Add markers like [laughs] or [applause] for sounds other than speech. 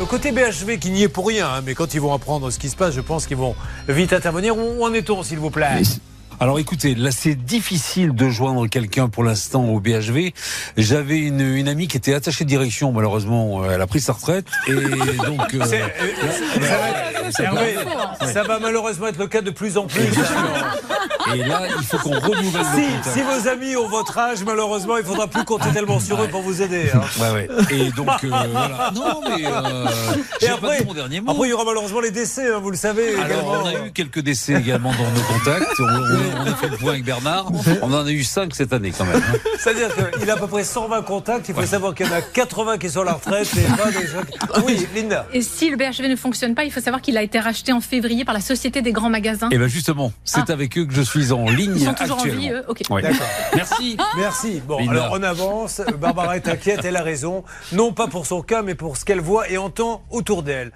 Euh, Côté BHV qui n'y est pour rien, hein, mais quand ils vont apprendre ce qui se passe, je pense qu'ils vont vite intervenir. Où en est-on, s'il vous plaît alors écoutez, là c'est difficile de joindre quelqu'un pour l'instant au BHV. J'avais une, une amie qui était attachée de direction, malheureusement euh, elle a pris sa retraite et donc... euh, C'est- Ça là, bah, va- ça Ah va. oui, ça va malheureusement être le cas de plus en plus. et là il faut qu'on renouvelle Si, le contact. si vos amis ont votre âge, malheureusement, il faudra plus compter tellement sur eux pour vous aider. hein. Ouais, ouais. Et donc euh, voilà. Non mais... Euh, Et j'ai pas après, dit mon dernier mot. après, il y aura malheureusement les décès, hein, vous le savez. Alors, également. euh, on a eu quelques décès également dans nos contacts. On, on- on a fait le point avec Bernard. On en a eu 5 cette année quand même. hein. C'est-à-dire qu'il a à peu près 120 contacts. Il faut savoir qu'il y en a 80 qui sont à la retraite et pas des gens- Oui, Linda. Et si le BHV ne fonctionne pas, il faut savoir qu'il a été racheté en février par la Société des grands magasins. Et bien justement, c'est avec eux que je suis en ligne Ils sont toujours en vie, actuellement. eux Ok. Ouais. D'accord. [laughs] Merci. Merci. Bon, Linda. alors on avance. Barbara est inquiète, elle a raison. Non pas pour son cas, mais pour ce qu'elle voit et entend autour d'elle.